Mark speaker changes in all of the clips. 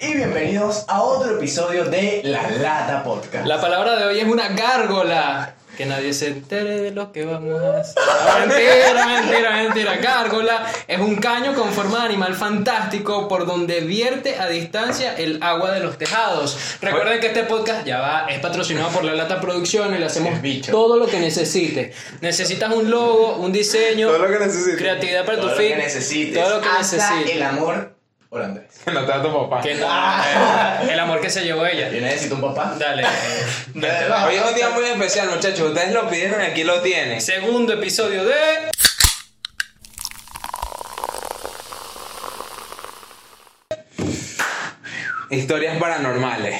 Speaker 1: y bienvenidos a otro episodio de La Lata Podcast.
Speaker 2: La palabra de hoy es una gárgola. Que nadie se entere de lo que vamos a hacer. Mentira, mentira, mentira. Gárgola es un caño con forma de animal fantástico por donde vierte a distancia el agua de los tejados. Recuerden que este podcast ya va, es patrocinado por La Lata Producciones, le hacemos
Speaker 1: El bicho.
Speaker 2: todo lo que necesites. Necesitas un logo, un diseño,
Speaker 3: Todo lo que necesites.
Speaker 2: creatividad para
Speaker 1: Todo
Speaker 2: tu
Speaker 1: lo
Speaker 2: fin.
Speaker 1: que necesites.
Speaker 2: Todo lo que
Speaker 1: hasta
Speaker 2: necesites.
Speaker 1: el amor holandés.
Speaker 3: No te da tu papá.
Speaker 2: Que no, eh, el amor que se llevó ella.
Speaker 1: Yo necesito un papá.
Speaker 2: Dale. eh, vente, va.
Speaker 3: Hoy es un día muy especial, muchachos. Ustedes lo pidieron y aquí lo tienen.
Speaker 2: Segundo episodio de.
Speaker 3: Historias paranormales.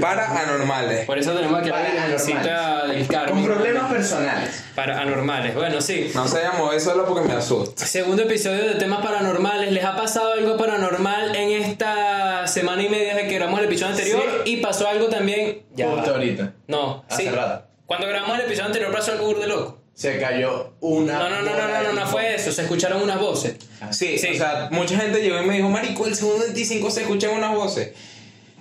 Speaker 3: Para anormales.
Speaker 2: Por eso tenemos aquí a la
Speaker 1: Para
Speaker 2: virgencita
Speaker 1: anormales.
Speaker 2: del
Speaker 1: Con
Speaker 2: Carmen.
Speaker 1: problemas personales.
Speaker 2: Para anormales, bueno, sí.
Speaker 3: No se llamó eso solo porque me asusta.
Speaker 2: Segundo episodio de temas paranormales. ¿Les ha pasado algo paranormal en esta semana y media desde que grabamos el episodio anterior? Y pasó algo también.
Speaker 1: Justo
Speaker 2: va.
Speaker 1: ahorita.
Speaker 2: No,
Speaker 1: Hace
Speaker 2: sí.
Speaker 1: rato.
Speaker 2: Cuando grabamos el episodio anterior pasó algo de loco.
Speaker 1: Se cayó una.
Speaker 2: No, no, no, no, no, no, no fue eso. Se escucharon unas voces.
Speaker 3: Sí,
Speaker 2: Sí.
Speaker 3: o sea, mucha gente llegó y me dijo, Marico, el segundo 25 se escuchan unas voces.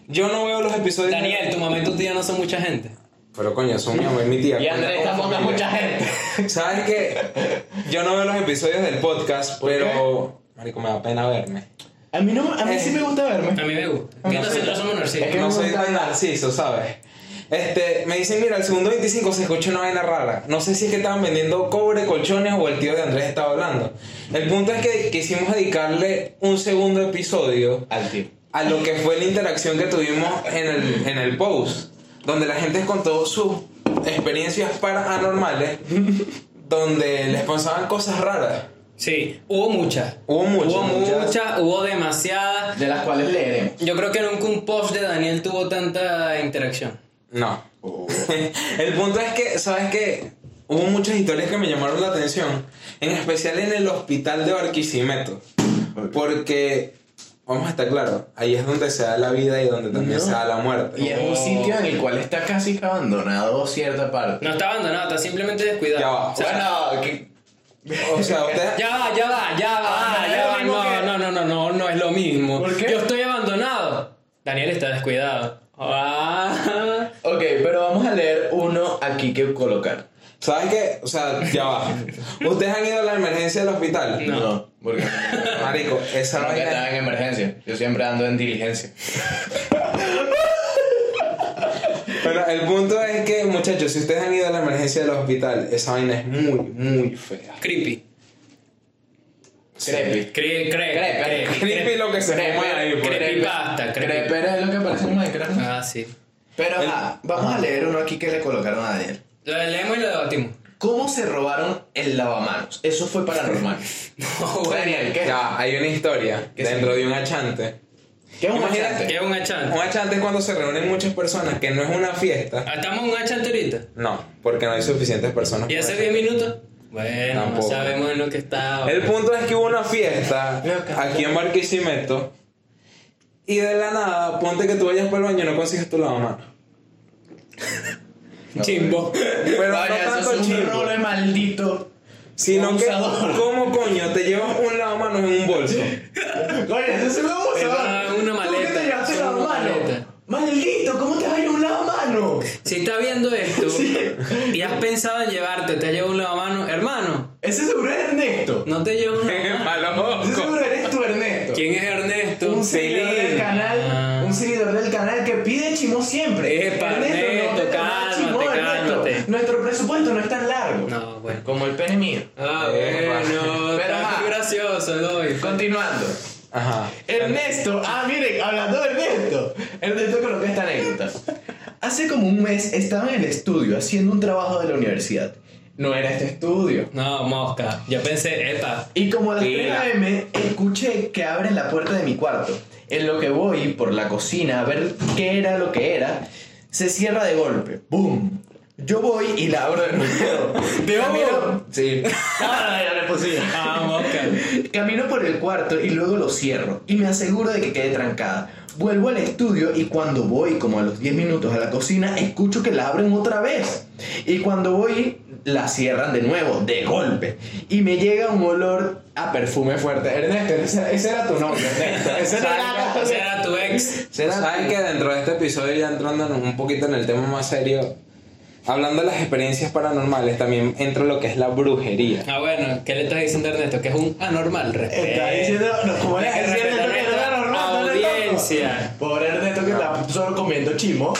Speaker 3: Yo no veo los episodios.
Speaker 2: Daniel, tu mamá y tu tía no son mucha gente.
Speaker 3: Pero coño, son mi mamá y mi tía.
Speaker 2: Y Andrés
Speaker 3: Cuenta como
Speaker 2: tampoco es
Speaker 3: familia.
Speaker 2: mucha gente.
Speaker 3: ¿Sabes qué? Yo no veo los episodios del podcast, pero. Marico, me da pena verme.
Speaker 1: A mí, no, a mí
Speaker 3: Eh.
Speaker 1: sí me gusta
Speaker 2: A
Speaker 1: verme.
Speaker 2: mí me gusta. Entonces nosotros somos narcisos.
Speaker 1: Es que
Speaker 3: no
Speaker 1: me
Speaker 3: soy
Speaker 1: gusta
Speaker 3: tan
Speaker 1: hablar.
Speaker 3: narciso, ¿sabes? Este, me dicen, mira, el segundo 25 se escucha una vaina rara. No sé si es que estaban vendiendo cobre, colchones o el tío de Andrés estaba hablando. El punto es que quisimos dedicarle un segundo episodio
Speaker 1: Al tío.
Speaker 3: a lo que fue la interacción que tuvimos en el, en el post, donde la gente contó sus experiencias paranormales, donde les pasaban cosas raras.
Speaker 2: Sí, hubo muchas.
Speaker 3: Hubo muchas,
Speaker 2: Hubo
Speaker 3: muchas.
Speaker 2: muchas, hubo demasiadas.
Speaker 1: De las cuales leeremos.
Speaker 2: Yo creo que nunca un post de Daniel tuvo tanta interacción.
Speaker 3: No.
Speaker 2: Oh.
Speaker 3: el punto es que, ¿sabes qué? Hubo muchas historias que me llamaron la atención, en especial en el hospital de Barquisimeto. Porque, vamos a estar claros, ahí es donde se da la vida y donde también
Speaker 1: No.
Speaker 3: se da la muerte.
Speaker 1: Y es un sitio en el cual está casi que abandonado cierta parte.
Speaker 2: No está abandonado, está simplemente descuidado.
Speaker 3: Ya va.
Speaker 2: O sea,
Speaker 1: bueno, que-
Speaker 3: O sea, ustedes...
Speaker 2: ya va, ya va, ya va,
Speaker 1: Ah, no es
Speaker 2: ya
Speaker 1: lo
Speaker 2: va.
Speaker 1: mismo
Speaker 2: No,
Speaker 1: que-
Speaker 2: no, no, no, no, no es lo mismo.
Speaker 1: ¿Por qué?
Speaker 2: Yo estoy abandonado. Daniel está descuidado. Ah.
Speaker 1: Ok, pero vamos a leer uno aquí que colocar.
Speaker 3: ¿Sabes qué? O sea, ya va. ¿Ustedes han ido a la emergencia del hospital?
Speaker 2: No.
Speaker 1: porque
Speaker 3: Marico, esa
Speaker 1: Nunca
Speaker 3: vaina...
Speaker 1: estaba en emergencia. Yo siempre ando en diligencia.
Speaker 3: Bueno, el punto es que, muchachos, si ustedes han ido a la emergencia del hospital, esa vaina es muy, muy fea.
Speaker 2: Creepy.
Speaker 1: Creepy.
Speaker 2: Cre, cre,
Speaker 1: Crepe.
Speaker 2: cre-
Speaker 3: Creepy lo que se
Speaker 1: Crepe.
Speaker 3: fuma ahí, pues.
Speaker 1: Crepe.
Speaker 2: Creepypasta, creepy.
Speaker 1: Crepe es lo que parece en Minecraft.
Speaker 2: Ah, sí.
Speaker 1: Pero
Speaker 3: El-
Speaker 1: ah, vamos a leer uno aquí que le colocaron a Daniel.
Speaker 2: Lo leemos y lo debatimos.
Speaker 1: ¿Cómo se robaron el lavamanos? Eso fue paranormal.
Speaker 2: No,
Speaker 1: Daniel, ¿qué?
Speaker 3: Ya, hay una historia
Speaker 1: ¿Qué
Speaker 3: dentro de un achante.
Speaker 1: ¿Qué es un
Speaker 3: Imagínate
Speaker 1: machete?
Speaker 2: ¿Qué es un achante?
Speaker 3: Un achante es cuando se reúnen muchas personas, que no es una fiesta.
Speaker 2: Ah, ¿Estamos en un achante ahorita?
Speaker 3: No, porque no hay suficientes personas.
Speaker 2: ¿Y
Speaker 3: para
Speaker 2: hace
Speaker 3: eso.
Speaker 2: 10 minutos? Bueno,
Speaker 3: Tampoco.
Speaker 2: no sabemos en lo que está.
Speaker 3: El punto es que hubo una fiesta
Speaker 1: Loca.
Speaker 3: aquí en Barquisimeto y de la nada, ponte que tú vayas para el baño y no consigues tu lavamano.
Speaker 2: Chimbo.
Speaker 3: Pero
Speaker 1: Vaya,
Speaker 3: no
Speaker 1: eso
Speaker 3: tanto
Speaker 1: es un
Speaker 3: chimbo,
Speaker 1: rolo de maldito.
Speaker 3: sino que
Speaker 1: abusador.
Speaker 3: ¿cómo coño te llevas un lavamanos en un bolso?
Speaker 1: Coño, eso es un abusador.
Speaker 2: Era una
Speaker 1: ¿Cómo que
Speaker 2: maleta,
Speaker 1: te llevaste
Speaker 2: era
Speaker 1: la
Speaker 2: una
Speaker 1: mano?
Speaker 2: maleta.
Speaker 1: Maldito, ¿cómo te va a ir un lavamano?
Speaker 2: Si estás viendo esto
Speaker 1: Sí.
Speaker 2: y has pensado en llevarte, te llevo un lavamano. Hermano,
Speaker 1: Ese seguro es Ernesto.
Speaker 2: no te llevo un lavamano.
Speaker 1: Ese
Speaker 3: Maloco.
Speaker 1: seguro eres tú, Ernesto.
Speaker 2: ¿Quién es Ernesto?
Speaker 1: Un seguidor del
Speaker 3: Celín.
Speaker 1: canal,
Speaker 2: Ah.
Speaker 1: un seguidor del canal que pide chimó siempre.
Speaker 2: Epa, Ernesto,
Speaker 1: te canal
Speaker 2: cálmate,
Speaker 1: chimó, Ernesto.
Speaker 2: cálmate.
Speaker 1: Nuestro presupuesto no es tan largo.
Speaker 2: No, bueno.
Speaker 1: Como el pene mío.
Speaker 2: Ah,
Speaker 3: Epa.
Speaker 2: bueno,
Speaker 1: Eh, Pero,
Speaker 2: está
Speaker 1: ajá.
Speaker 2: muy gracioso, doy.
Speaker 1: Continuando.
Speaker 3: Ajá.
Speaker 1: Ernesto, ah, miren, hablando de Ernesto. Ernesto colocó esta anécdota. Hace como un mes estaba en el estudio haciendo un trabajo de la universidad. No era este estudio.
Speaker 2: No, mosca. Yo pensé, epa.
Speaker 1: Y como a las
Speaker 3: Mira.
Speaker 1: 3 am escuché que abren la puerta de mi cuarto. En lo que voy por la cocina a ver qué era lo que era, se cierra de golpe. ¡Boom! Yo voy y la abro de nuevo.
Speaker 2: ¿De
Speaker 1: Camino-
Speaker 2: nuevo?
Speaker 3: Sí.
Speaker 1: Ah, ya le puse.
Speaker 2: Ah, mosca.
Speaker 1: Camino por el cuarto y luego lo cierro y me aseguro de que quede trancada. Vuelvo al estudio y cuando voy como a los 10 minutos a la cocina escucho que la abren otra vez. Y cuando voy la cierran de nuevo, de golpe. Y me llega un olor a perfume fuerte. Ernesto, ese, ese era tu nombre, Ernesto. Ese era,
Speaker 2: Salga, ese era tu ex.
Speaker 1: ese era
Speaker 3: ¿Saben
Speaker 1: tu-
Speaker 3: que dentro de este episodio, ya entrando en un poquito en el tema más serio, hablando de las experiencias paranormales, también entra lo que es la brujería.
Speaker 2: Ah, bueno, ¿qué le estás diciendo a Ernesto? Que es un anormal, respeto.
Speaker 1: Está diciendo, no, como le
Speaker 2: Hay eh, que
Speaker 1: decía Ernesto
Speaker 2: respetar
Speaker 1: que no
Speaker 2: nuestra
Speaker 1: era normal, no era
Speaker 2: audiencia.
Speaker 1: loco. Pobre Ernesto que está solo comiendo chimo.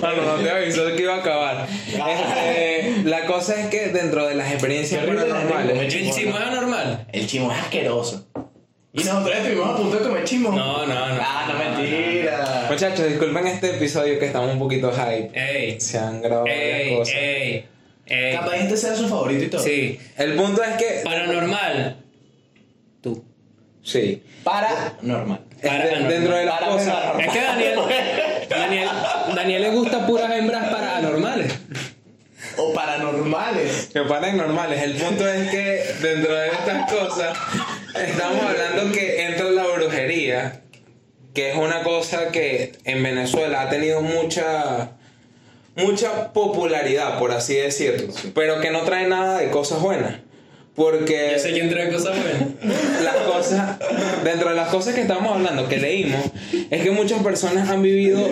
Speaker 3: Bueno, no te avisó que iba a acabar. Este, la cosa es que dentro de las experiencias
Speaker 1: Qué horrible la
Speaker 3: paranormales,
Speaker 1: gente
Speaker 2: Yo encima es anormal.
Speaker 1: El chimo es asqueroso. Y nosotros estuvimos a punto de comer chimo.
Speaker 2: No, no, no.
Speaker 1: Ah, no, mentira.
Speaker 3: muchachos, disculpen este episodio que estamos un poquito hype.
Speaker 2: Ey,
Speaker 3: Se han grabado varias
Speaker 2: ey,
Speaker 3: cosas.
Speaker 2: ey, ey.
Speaker 1: Capaz este sea su favorito y todo.
Speaker 2: Sí.
Speaker 3: El punto es que.
Speaker 2: Paranormal. Tú.
Speaker 3: Sí.
Speaker 1: Para normal.
Speaker 3: Este,
Speaker 2: Paranormal.
Speaker 3: dentro de las
Speaker 1: Para
Speaker 3: cosas.
Speaker 1: paranormal.
Speaker 2: Es que Daniel, Daniel, Daniel le gusta puras hembras paranormales.
Speaker 1: O paranormales.
Speaker 3: Que paranormales. El punto es que dentro de estas cosas estamos hablando que entra la brujería, que es una cosa que en Venezuela ha tenido mucha mucha popularidad, por así decirlo, pero que no trae nada de cosas buenas, porque
Speaker 2: Yo sé que entra en cosas buenas.
Speaker 3: las cosas dentro de las cosas que estamos hablando, que leímos, es que muchas personas han vivido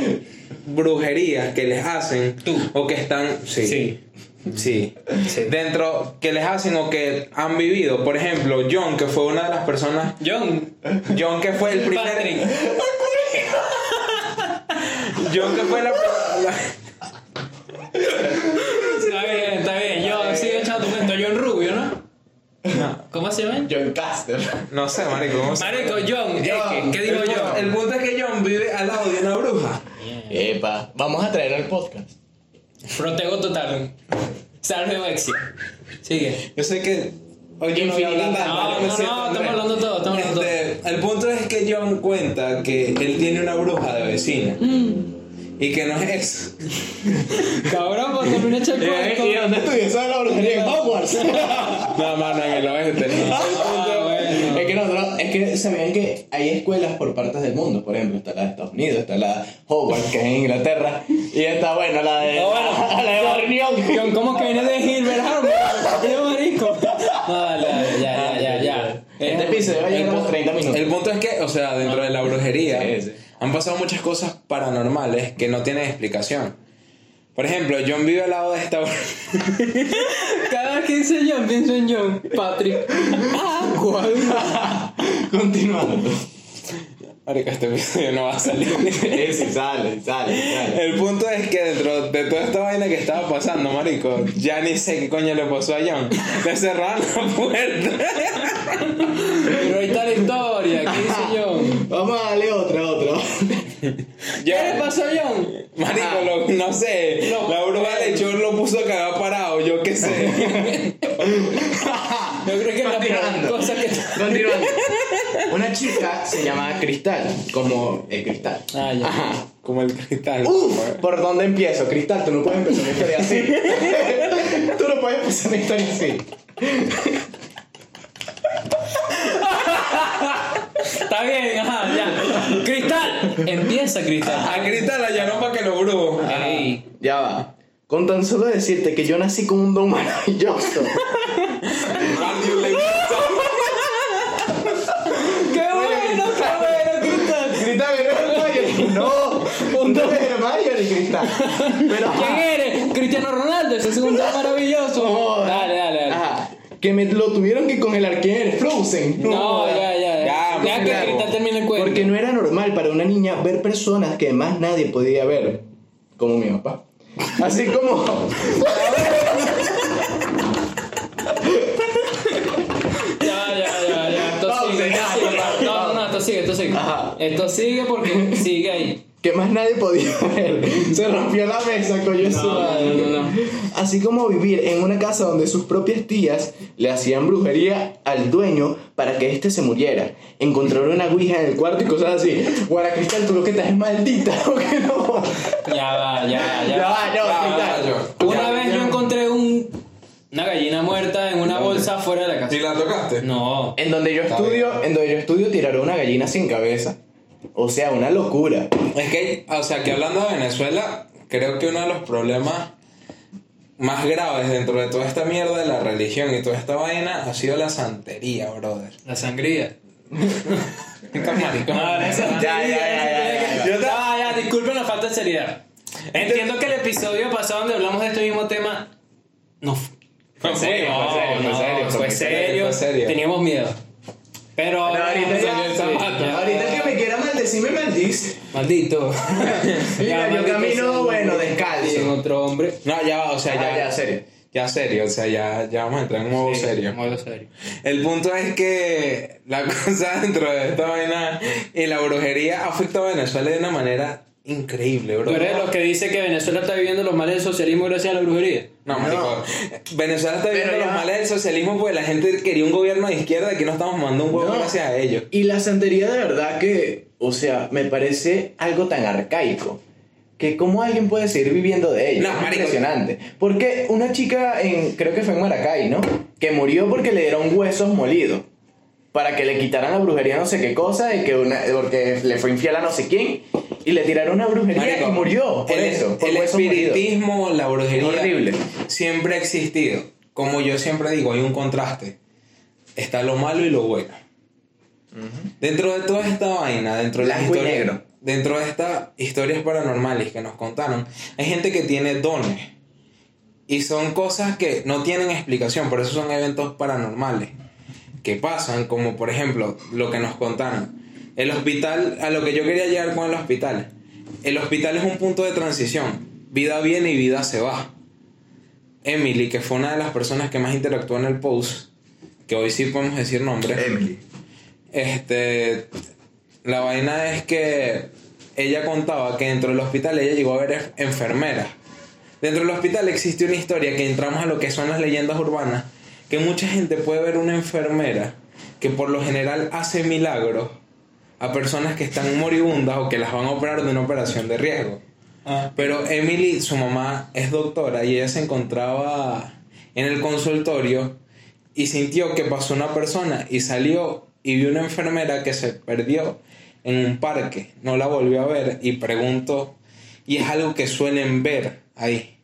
Speaker 3: brujerías que les hacen
Speaker 2: Tú.
Speaker 3: o que están
Speaker 2: Sí.
Speaker 3: Sí.
Speaker 2: Sí.
Speaker 3: Dentro que les hacen o que han vivido. Por ejemplo, John, que fue una de las personas.
Speaker 2: John.
Speaker 3: John, que fue el
Speaker 2: Patrick.
Speaker 3: primer. John, que fue la. la-
Speaker 2: Está bien, está bien. John, sigue echando tu cuento. John Rubio, ¿no?
Speaker 3: No,
Speaker 2: ¿Cómo se llama?
Speaker 1: John Caster.
Speaker 3: no sé, marico. ¿cómo se-
Speaker 2: Marico, John.
Speaker 1: John.
Speaker 2: X. ¿Qué digo
Speaker 3: el, punto, el
Speaker 2: yo?
Speaker 3: punto es que John vive al lado de una bruja.
Speaker 1: Epa, vamos a traer al podcast.
Speaker 2: Protego total. Salve Vexia. Sigue.
Speaker 3: Yo sé que. Oye, no, voy a hablar
Speaker 2: No,
Speaker 3: tanto,
Speaker 2: no,
Speaker 3: me
Speaker 2: no,
Speaker 3: siento,
Speaker 2: estamos
Speaker 3: Andrea.
Speaker 2: hablando todo, estamos hablando
Speaker 3: Este, El punto es que John cuenta que él tiene una bruja de vecina.
Speaker 2: Mm.
Speaker 3: Y que no es eso.
Speaker 2: Cabrón, pues también echa el cuento.
Speaker 1: dónde estudió? ¿Sabes la brujería? En Hogwarts.
Speaker 3: No, mano, en el oeste. no.
Speaker 2: Ah, bueno.
Speaker 1: Es que nosotros, es que sabían que hay escuelas por partes del mundo, por ejemplo, está la de Estados Unidos, está la Hogwarts, que es en Inglaterra, y está, bueno, la de,
Speaker 2: No, bueno.
Speaker 1: la de Borneón.
Speaker 2: Ah, John, ¿cómo que vienes de Gilbert Harmon? Yo, marico. No, dale, dale, ya, ya, ya, ya.
Speaker 1: Este episodio va a llegar a los 30 minutos.
Speaker 3: El punto es que, o sea, dentro
Speaker 2: Ah,
Speaker 3: de la brujería
Speaker 1: Sí, sí.
Speaker 3: han pasado muchas cosas paranormales que no tienen explicación. Por ejemplo, John vive al lado de esta bruja.
Speaker 2: Cada vez que dice John, pienso en John. Patrick. Agua.
Speaker 1: Continuando.
Speaker 3: Marica, este episodio no va a salir.
Speaker 1: Sí, sí, sale, sale, sale.
Speaker 3: El punto es que dentro de toda esta vaina que estaba pasando, marico, ya ni sé qué coño le pasó a John. Le cerraron la puerta.
Speaker 2: Pero ahí está la historia. ¿Qué dice John?
Speaker 1: Vamos a darle otra, otra.
Speaker 2: ¿Qué le
Speaker 3: Ya-
Speaker 2: pasó a John?
Speaker 3: Marico, lo- no sé.
Speaker 2: No.
Speaker 3: La bruja le echó, lo puso a cagar parado, yo qué sé.
Speaker 2: Yo creo que es la primera
Speaker 1: Continuando.
Speaker 2: cosa que...
Speaker 1: Continuando. Una chica se llamaba Cristal, como el cristal.
Speaker 2: Ah, ya.
Speaker 1: Ajá.
Speaker 3: Como el cristal.
Speaker 1: Uf, Uh, ¿por dónde empiezo? Cristal, tú no puedes empezar una historia así. tú no puedes empezar una historia así.
Speaker 2: Está bien, ajá, ya. Cristal. Empieza, Cristal.
Speaker 3: A Cristal la llamaron para que lo brujo.
Speaker 2: Ey.
Speaker 1: Ya va. Con tan solo decirte que yo nací con un don maravilloso.
Speaker 3: Radio le gusta.
Speaker 2: ¡Qué bueno, qué bueno, Cristal!
Speaker 1: Cristal, ¿eres No, un don de Hermione, Cristal. Pero,
Speaker 2: ¿Quién
Speaker 1: ajá,
Speaker 2: eres? Cristiano Ronaldo, ese segundo es maravilloso.
Speaker 1: No,
Speaker 2: dale, dale, dale.
Speaker 1: ajá, que me lo tuvieron que congelar. ¿Quién eres? Frozen.
Speaker 2: No, ya, ya, ya.
Speaker 3: Ya,
Speaker 2: Ya,
Speaker 3: claro.
Speaker 2: que Cristal termina el cuento.
Speaker 1: Porque no era normal para una niña ver personas que más nadie podía ver, como mi papá. Así como.
Speaker 2: Ya, ya, ya, ya. Esto
Speaker 1: Pausa,
Speaker 2: sigue, esto
Speaker 1: ya,
Speaker 2: sigue.
Speaker 1: ya,
Speaker 2: No, no, no, esto sigue, esto sigue.
Speaker 1: Ajá.
Speaker 2: Esto sigue porque sigue ahí.
Speaker 1: que más nadie podía ver. Se rompió la mesa, coño
Speaker 2: No,
Speaker 1: su madre.
Speaker 2: no, no, no.
Speaker 1: Así como vivir en una casa donde sus propias tías le hacían brujería al dueño para que éste se muriera. Encontrar una ouija en el cuarto y cosas así. Guara Cristal, tú lo que estás es maldita, ¿o qué no?
Speaker 2: Ya va, ya, ya.
Speaker 1: Ya va, no,
Speaker 3: va,
Speaker 1: Cristal.
Speaker 3: va,
Speaker 1: Ya,
Speaker 2: Una vez
Speaker 1: ya.
Speaker 2: yo encontré un, una gallina muerta en una bolsa fuera de la
Speaker 3: ¿Y
Speaker 2: casa.
Speaker 3: la tocaste?
Speaker 2: No.
Speaker 1: En donde yo estudio, en donde yo estudio tiraron una gallina sin cabeza. O sea, una locura.
Speaker 3: Es que, o sea, que hablando de Venezuela, creo que uno de los problemas más graves dentro de toda esta mierda de la religión y toda esta vaina ha sido la santería, brother.
Speaker 2: La sangría.
Speaker 3: Estás maricón.
Speaker 4: No, no, eso-
Speaker 3: Ya, ya, ya, ya, ya.
Speaker 4: Yo te- Ah, ya, disculpen la falta de seriedad. Entiendo que el episodio pasado donde hablamos de este mismo tema no fu-
Speaker 3: Fue serio,
Speaker 4: no,
Speaker 1: fue serio, fue
Speaker 4: no,
Speaker 1: serio,
Speaker 4: fue
Speaker 1: fue
Speaker 4: serio,
Speaker 3: fue serio.
Speaker 4: Teníamos miedo. Pero
Speaker 1: No, ahorita
Speaker 4: Sí,
Speaker 1: ya-
Speaker 4: ya-
Speaker 1: Ahorita el que me quiera maldecir, me maldice.
Speaker 4: maldito.
Speaker 1: Mira, yo
Speaker 4: maldito
Speaker 1: camino,
Speaker 4: sea,
Speaker 1: bueno,
Speaker 4: maldito
Speaker 1: descalzo.
Speaker 4: sea otro hombre.
Speaker 3: No, ya va, o sea, ya.
Speaker 1: Ah, ya, serio.
Speaker 3: Ya serio, o sea, ya, ya vamos a entrar en modo
Speaker 4: Sí,
Speaker 3: serio.
Speaker 4: modo serio.
Speaker 3: El punto es que la cosa dentro de esta vaina y la brujería afecta a Venezuela de una manera increíble, bro.
Speaker 4: Tú eres de los que dice que Venezuela está viviendo los males del socialismo gracias a la brujería.
Speaker 3: No,
Speaker 1: No.
Speaker 3: marico. Venezuela está viviendo
Speaker 1: Pero ya
Speaker 3: los
Speaker 1: va.
Speaker 3: males del socialismo porque la gente quería un gobierno de izquierda que no estamos mandando un huevo
Speaker 1: No.
Speaker 3: gracias a ellos.
Speaker 1: Y la santería de verdad que, o sea, me parece algo tan arcaico. Que cómo alguien puede seguir viviendo de ello.
Speaker 3: No,
Speaker 1: es
Speaker 3: marico.
Speaker 1: impresionante. Porque una chica en, creo que fue en Maracay, ¿no? Que murió porque le dieron huesos molidos. Para que le quitaran la brujería no sé qué cosa y que una, porque le fue infiel a no sé quién. Y le tiraron una brujería
Speaker 3: Marico,
Speaker 1: y murió. Por
Speaker 3: el,
Speaker 1: eso. por
Speaker 3: el
Speaker 1: huesos molidos.
Speaker 3: espiritismo, la brujería,
Speaker 1: Horrible.
Speaker 3: siempre ha existido. Como yo siempre digo, hay un contraste. Está lo malo y lo bueno. Dentro de toda esta vaina, dentro de las
Speaker 1: Blanco y
Speaker 3: historias,
Speaker 1: negro.
Speaker 3: dentro de estas historias paranormales que nos contaron, hay gente que tiene dones. Y son cosas que no tienen explicación, por eso son eventos paranormales que pasan, como por ejemplo lo que nos contaron. El hospital, a lo que yo quería llegar con el hospital. El hospital es un punto de transición. Vida viene y vida se va. Emily, que fue una de las personas que más interactuó en el post, que hoy sí podemos decir nombre.
Speaker 1: Emily.
Speaker 3: Este. La vaina es que ella contaba que dentro del hospital ella llegó a ver enfermeras. Dentro del hospital existe una historia que entramos a lo que son las leyendas urbanas, que mucha gente puede ver una enfermera que por lo general hace milagros a personas que están moribundas o que las van a operar de una operación de riesgo. Pero Emily, su mamá, es doctora y ella se encontraba en el consultorio y sintió que pasó una persona y salió y vio una enfermera que se perdió en un parque. No la volvió a ver y preguntó. Y es algo que suelen ver ahí.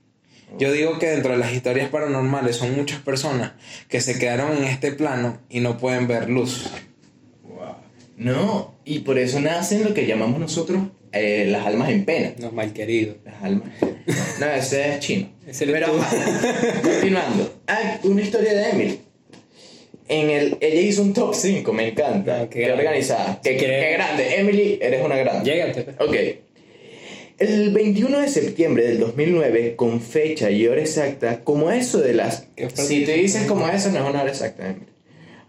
Speaker 3: Yo digo que dentro de las historias paranormales son muchas personas que se quedaron en este plano y no pueden ver luz.
Speaker 1: No, y por eso nacen lo que llamamos nosotros eh, las almas en pena.
Speaker 4: Los mal queridos.
Speaker 1: Las almas. No, ese es chino.
Speaker 4: Ese eres
Speaker 1: Pero
Speaker 4: tú.
Speaker 1: ajá, continuando. Ah, una historia de Emily. En el, ella hizo un top 5, me encanta.
Speaker 4: Ah, qué
Speaker 1: qué
Speaker 4: grande. eh.
Speaker 1: organizada. Qué, qué-
Speaker 4: Qué-
Speaker 1: qué grande. Emily, eres una grande.
Speaker 4: Llégate.
Speaker 1: Ok. El 21 de septiembre del 2009, con fecha y hora exacta, como eso de las...
Speaker 4: Qué fuerte.
Speaker 1: Si te dices como eso, no es una hora exacta. Emily.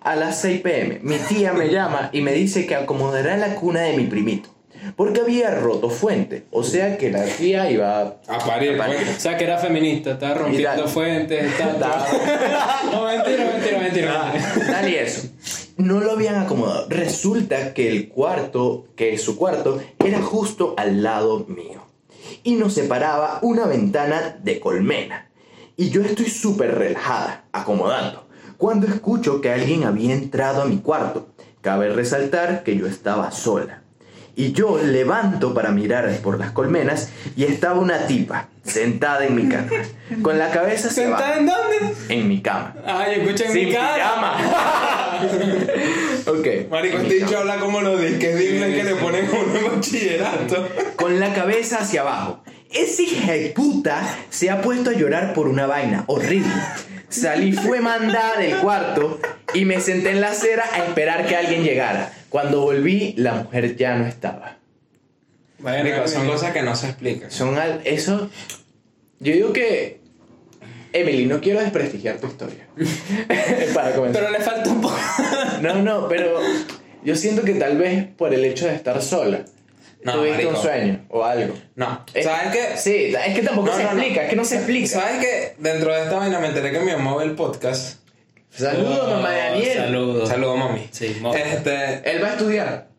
Speaker 1: A las 6 pm, mi tía me llama y me dice que acomodará la cuna de mi primito. Porque había roto fuente. O sea que la tía iba a
Speaker 3: A parir,
Speaker 1: parir.
Speaker 3: pues.
Speaker 4: O sea, que era feminista, estaba rompiendo
Speaker 1: Mira.
Speaker 4: fuentes, estaba... No, mentira, mentira, mentira.
Speaker 1: Dale y eso. Ah. No lo habían acomodado. Resulta que el cuarto, que su cuarto, era justo al lado mío. Y nos separaba una ventana de colmena. Y yo estoy súper relajada, acomodando, cuando escucho que alguien había entrado a mi cuarto. Cabe resaltar que yo estaba sola. Y yo levanto para mirar por las colmenas y estaba una tipa sentada en mi cama, con la cabeza hacia
Speaker 4: ¿Sentada
Speaker 1: abajo,
Speaker 4: en dónde?
Speaker 1: en mi cama.
Speaker 4: Ah, yo escucho en
Speaker 1: Sin
Speaker 4: mi casa.
Speaker 1: pijama. ok.
Speaker 3: Marico,
Speaker 1: Sin
Speaker 3: este dicho
Speaker 1: pijama.
Speaker 3: habla como los de que dicen que le ponen uno en bachillerato.
Speaker 1: Con la cabeza hacia abajo. Ese hija de puta se ha puesto a llorar por una vaina horrible. Salí fue mandada del cuarto y me senté en la acera a esperar que alguien llegara. Cuando volví, la mujer ya no estaba.
Speaker 3: Marico, son
Speaker 4: Bueno,
Speaker 3: cosas que no se explican.
Speaker 1: Son al... Eso... Yo digo que... Emily, no quiero desprestigiar tu historia. Para comenzar.
Speaker 4: Pero le falta un poco.
Speaker 1: No, no, pero yo siento que tal vez por el hecho de estar sola,
Speaker 3: No,
Speaker 1: tuviste
Speaker 3: marico.
Speaker 1: un sueño o algo.
Speaker 3: No.
Speaker 1: Es-
Speaker 3: ¿Sabes qué?
Speaker 1: Sí, es que tampoco
Speaker 3: No,
Speaker 1: se
Speaker 3: no, no.
Speaker 1: explica, es que no se explica.
Speaker 3: ¿Sabes qué? Dentro de esta vaina me enteré que mi mamá ve el podcast.
Speaker 1: Saludos, mamá de Daniel.
Speaker 4: Saludos.
Speaker 3: Saludos, mami.
Speaker 4: Sí, mami.
Speaker 3: Este.
Speaker 1: Él va a estudiar.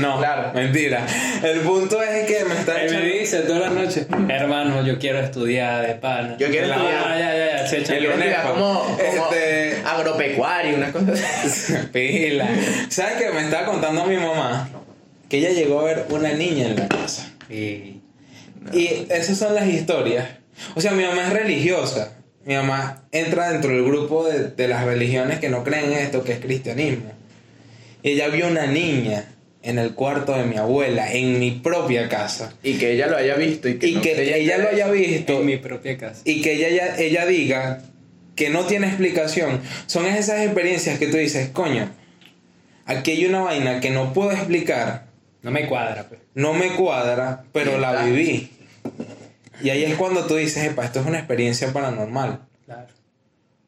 Speaker 3: No,
Speaker 1: Claro.
Speaker 3: mentira. El punto es que me están
Speaker 4: Él me
Speaker 3: echando.
Speaker 4: dice todas las noches, hermano, yo quiero estudiar de pana.
Speaker 1: Yo quiero
Speaker 4: Ah,
Speaker 1: estudiar.
Speaker 4: Ya, ya, ya, se echa
Speaker 3: El
Speaker 1: Él va a
Speaker 4: el
Speaker 1: estudiar
Speaker 2: pues.
Speaker 3: Unepa.
Speaker 1: como, como
Speaker 3: Este-
Speaker 1: agropecuario, una cosa así.
Speaker 3: Pila. ¿Sabes qué? Me estaba contando mi mamá que ella llegó a ver una niña en la casa.
Speaker 4: Sí.
Speaker 3: Y esas son las historias. O sea, mi mamá es religiosa. mi mamá entra dentro del grupo de, de las religiones que no creen en esto, que es cristianismo. Y ella vio una niña en el cuarto de mi abuela, en mi propia casa.
Speaker 5: Y que ella lo haya visto y que,
Speaker 3: Y
Speaker 5: no
Speaker 3: que
Speaker 5: creyera
Speaker 3: ella lo haya visto
Speaker 6: en mi propia casa.
Speaker 3: y que ella, ella, ella diga que no tiene explicación. Son esas experiencias que tú dices, coño, aquí hay una vaina que no puedo explicar,
Speaker 2: No me cuadra, pues.
Speaker 3: no me cuadra, pero la viví. Y ahí es cuando tú dices, epa, esto es una experiencia paranormal.
Speaker 2: Claro.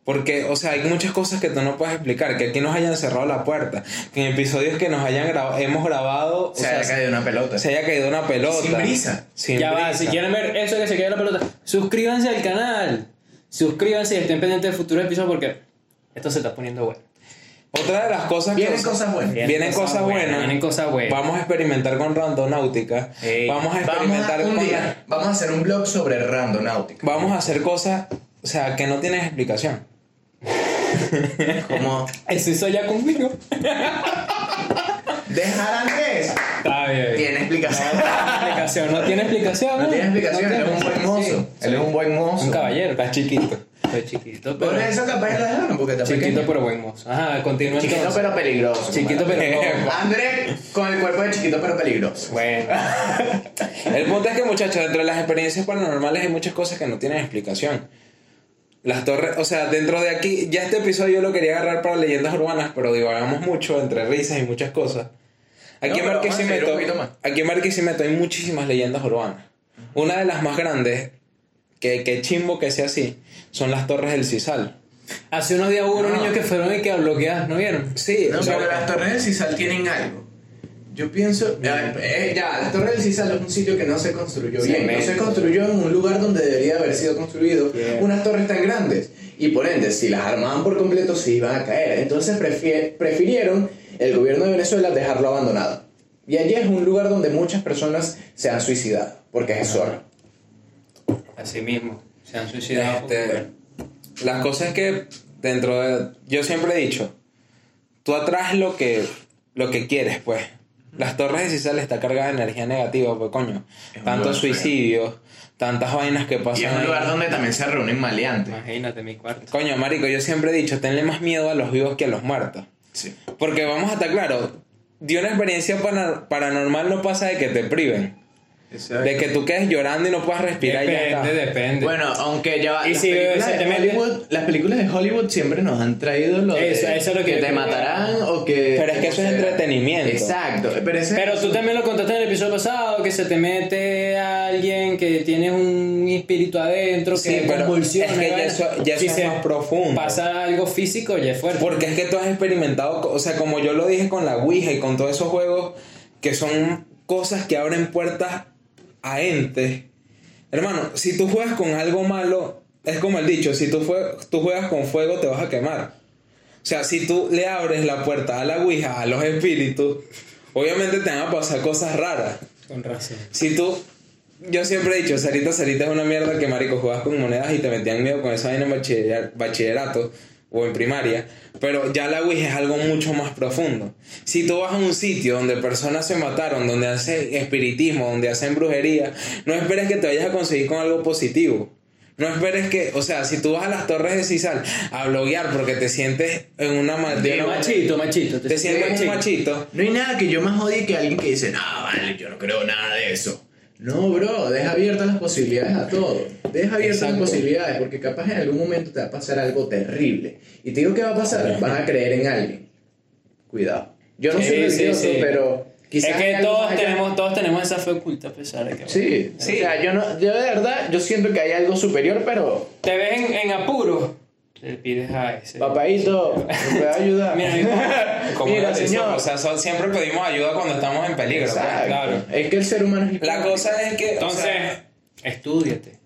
Speaker 3: Porque, o sea, hay muchas cosas que tú no puedes explicar, que aquí nos hayan cerrado la puerta, que en episodios que nos hayan grabado, hemos grabado, o
Speaker 1: Se
Speaker 3: sea,
Speaker 1: haya caído una pelota.
Speaker 3: se haya caído una pelota.
Speaker 1: Sin brisa.
Speaker 3: Sin
Speaker 2: ya va,
Speaker 3: brisa.
Speaker 2: si quieren ver eso que se queda la pelota, suscríbanse al canal. Suscríbanse y estén pendientes del futuro episodio porque esto se está poniendo bueno.
Speaker 3: Otra de las cosas que...
Speaker 1: Vienen cosas buenas.
Speaker 3: Vienen cosas buenas.
Speaker 2: Vienen cosas buenas.
Speaker 3: Vamos a experimentar con randonáutica.
Speaker 2: Ey.
Speaker 3: Vamos a
Speaker 1: Vamos
Speaker 3: experimentar
Speaker 1: a, un
Speaker 3: con.
Speaker 1: día, vamos a hacer un blog sobre randonáutica.
Speaker 3: Vamos a hacer cosas, o sea, que no tienen explicación.
Speaker 1: Como
Speaker 2: Eso hizo ya conmigo.
Speaker 1: dejar antes.
Speaker 2: Está bien.
Speaker 1: Tiene explicación.
Speaker 2: explicación, no tiene explicación.
Speaker 1: No tiene explicación.
Speaker 2: no
Speaker 1: él
Speaker 2: tiene.
Speaker 1: es un buen mozo.
Speaker 2: Sí,
Speaker 1: él
Speaker 2: sí.
Speaker 1: es un buen mozo.
Speaker 2: Un caballero. Está chiquito. Está chiquito, pero.
Speaker 1: Por eso capaz lo dejaron porque está
Speaker 2: chiquito,
Speaker 1: pequeño.
Speaker 2: pero buen mozo. Ajá, continúa
Speaker 1: Chiquito
Speaker 2: entonces.
Speaker 1: pero peligroso.
Speaker 2: Chiquito, pero. no.
Speaker 1: André con el cuerpo de chiquito pero peligroso.
Speaker 2: Bueno.
Speaker 3: El punto es que, muchachos, entre las experiencias paranormales hay muchas cosas que no tienen explicación. Las torres, o sea, dentro de aquí, ya este episodio yo lo quería agarrar para leyendas urbanas, pero divagamos mucho entre risas y muchas cosas. Aquí,
Speaker 1: No,
Speaker 3: en
Speaker 1: pero vamos a seguir
Speaker 3: Barquisimeto,
Speaker 1: un poquito más.
Speaker 3: aquí en Barquisimeto hay muchísimas leyendas urbanas. Una de las más grandes, que, que chimbo que sea así, son las torres del Cisal.
Speaker 2: Hace unos días hubo unos
Speaker 1: No.
Speaker 2: niños que fueron y que bloqueadas, ¿no vieron?
Speaker 3: Sí,
Speaker 1: No,
Speaker 3: o sea,
Speaker 1: pero las torres del Cisal tienen algo. Yo pienso. Ya, eh, ya, las torres del Cisal es un sitio que no se construyó bien. No se construyó en un lugar donde debería haber sido construido unas torres tan grandes. Y por ende, si las armaban por completo, se iban a caer. Entonces prefie- prefirieron el gobierno de Venezuela dejarlo abandonado. Y allí es un lugar donde muchas personas se han suicidado. Porque
Speaker 2: Ah.
Speaker 1: es zorro.
Speaker 2: Así mismo. Se han suicidado.
Speaker 3: Este, las cosas que dentro de. Yo siempre he dicho, tú atraes lo que, lo que quieres, pues. Las torres de Cisal está cargada de energía negativa, pues coño.
Speaker 1: un lugar
Speaker 3: Tantos
Speaker 1: feo.
Speaker 3: suicidios, tantas vainas que pasan.
Speaker 1: Y es un
Speaker 3: ahí.
Speaker 1: lugar donde también se reúnen maleantes.
Speaker 2: Imagínate mi cuarto.
Speaker 3: Coño, marico, yo siempre he dicho, tenle más miedo a los vivos que a los muertos.
Speaker 1: Sí.
Speaker 3: Porque vamos a estar claros, de una experiencia pana- paranormal no pasa de que te priven. De que tú quedes llorando y no puedas respirar y ya
Speaker 2: Depende,
Speaker 3: está.
Speaker 2: depende.
Speaker 1: Bueno, aunque ya va.
Speaker 2: Y
Speaker 1: las,
Speaker 2: si
Speaker 1: películas
Speaker 2: se te
Speaker 1: de
Speaker 2: mete-
Speaker 1: Hollywood, las películas de Hollywood siempre nos han traído lo de
Speaker 2: Eso- eso es lo que yo
Speaker 1: te
Speaker 2: creo.
Speaker 1: matarán o que.
Speaker 3: Pero es que eso es
Speaker 1: o sea,
Speaker 3: entretenimiento.
Speaker 1: Exacto. Pero, ese-
Speaker 2: Pero tú también lo contaste en el episodio pasado, que se te mete a alguien que tiene un espíritu adentro, que
Speaker 3: Sí, pero
Speaker 2: convulsiona,
Speaker 3: es que ya
Speaker 2: ¿verdad?
Speaker 3: eso- ya eso
Speaker 2: Si
Speaker 3: es
Speaker 2: se
Speaker 3: más profundo.
Speaker 2: Pasa algo físico, ya es fuerte.
Speaker 3: Porque es que tú has experimentado, co- o sea, como yo lo dije con la Ouija y con todos esos juegos que son cosas que abren puertas a entes. Hermano, si tú juegas con algo malo, es como el dicho, si tú, fue- tú juegas con fuego te vas a quemar. O sea, si tú le abres la puerta a la Ouija, a los espíritus, obviamente te van a pasar cosas raras.
Speaker 2: Con razón.
Speaker 3: Si tú, yo siempre he dicho, Sarita, Sarita es una mierda que marico jugabas con monedas y te metían miedo con esa vaina en bachiller- bachillerato o en primaria, pero ya la Ouija es algo mucho más profundo. Si tú vas a un sitio donde personas se mataron, donde hacen espiritismo, donde hacen brujería, no esperes que te vayas a conseguir con algo positivo. No esperes que, o sea, si tú vas a las torres de Cisal a bloguear porque te sientes en una ma- de una-
Speaker 2: machito, machito.
Speaker 3: te sientes un machito,
Speaker 1: no hay nada que yo más odie que alguien que dice, no, vale, yo no creo nada de eso. No, bro, deja abiertas las posibilidades a todo. Deja abiertas
Speaker 3: Exacto.
Speaker 1: las posibilidades porque capaz en algún momento te va a pasar algo terrible. Y te digo que va a pasar, vas a creer en alguien. Cuidado. Yo no
Speaker 2: Sí,
Speaker 1: soy
Speaker 2: sí,
Speaker 1: religioso,
Speaker 2: sí.
Speaker 1: pero quizás.
Speaker 2: es
Speaker 1: hay
Speaker 2: que
Speaker 1: algo
Speaker 2: todos
Speaker 1: más allá.
Speaker 2: tenemos, todos tenemos esa fe oculta, a pesar de que...
Speaker 1: Sí, sí. O sea, yo, no, yo de verdad, yo siento que hay algo superior, pero
Speaker 2: Te ves en, en apuro, le pides a ese.
Speaker 1: papadito, me puede ayudar.
Speaker 2: Mira, mi papá.
Speaker 3: como
Speaker 1: Mira,
Speaker 3: lo decimos,
Speaker 1: señor.
Speaker 3: o sea, son- siempre pedimos ayuda cuando estamos en peligro. pues.
Speaker 1: Exacto.
Speaker 2: claro.
Speaker 1: Es que el ser humano es
Speaker 3: La cosa es que. o
Speaker 2: Entonces,
Speaker 3: sea,
Speaker 2: estúdiate.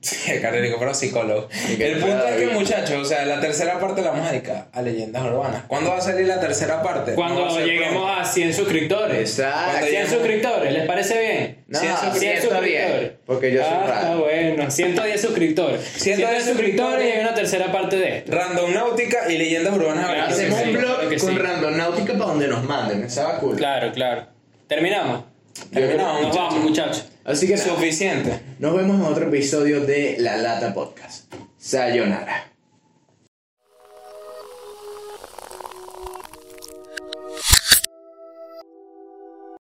Speaker 3: sí, Carrico, pero psicólogo.
Speaker 1: que
Speaker 3: El punto es que,
Speaker 1: David.
Speaker 3: muchachos, o sea, la tercera parte la vamos a dedicar a leyendas urbanas. ¿Cuándo va a salir la tercera parte? No
Speaker 2: Cuando
Speaker 3: va a ser
Speaker 2: lleguemos
Speaker 3: pronto.
Speaker 2: a 100 suscriptores.
Speaker 1: pues. Exacto.
Speaker 2: 100 suscriptores, ¿les parece bien?
Speaker 1: No,
Speaker 2: 100 suscriptores.
Speaker 1: 100 bien, porque yo soy
Speaker 2: ah,
Speaker 1: raro.
Speaker 2: está bueno. 110 suscriptores. 110 suscriptores y hay una tercera parte de esto.
Speaker 3: Random Náutica y leyendas urbanas.
Speaker 2: Claro,
Speaker 3: habrá que
Speaker 1: Hacemos
Speaker 2: Ah, sí,
Speaker 1: un
Speaker 2: claro
Speaker 1: blog
Speaker 2: que
Speaker 1: con
Speaker 2: sí.
Speaker 1: randonáutica para donde nos manden, estaba cool.
Speaker 2: Claro, claro. Terminamos.
Speaker 3: Terminamos,
Speaker 2: Nos vamos, muchachos.
Speaker 1: Así que
Speaker 3: Suficiente.
Speaker 1: nos vemos en otro episodio de La Lata Podcast. Sayonara.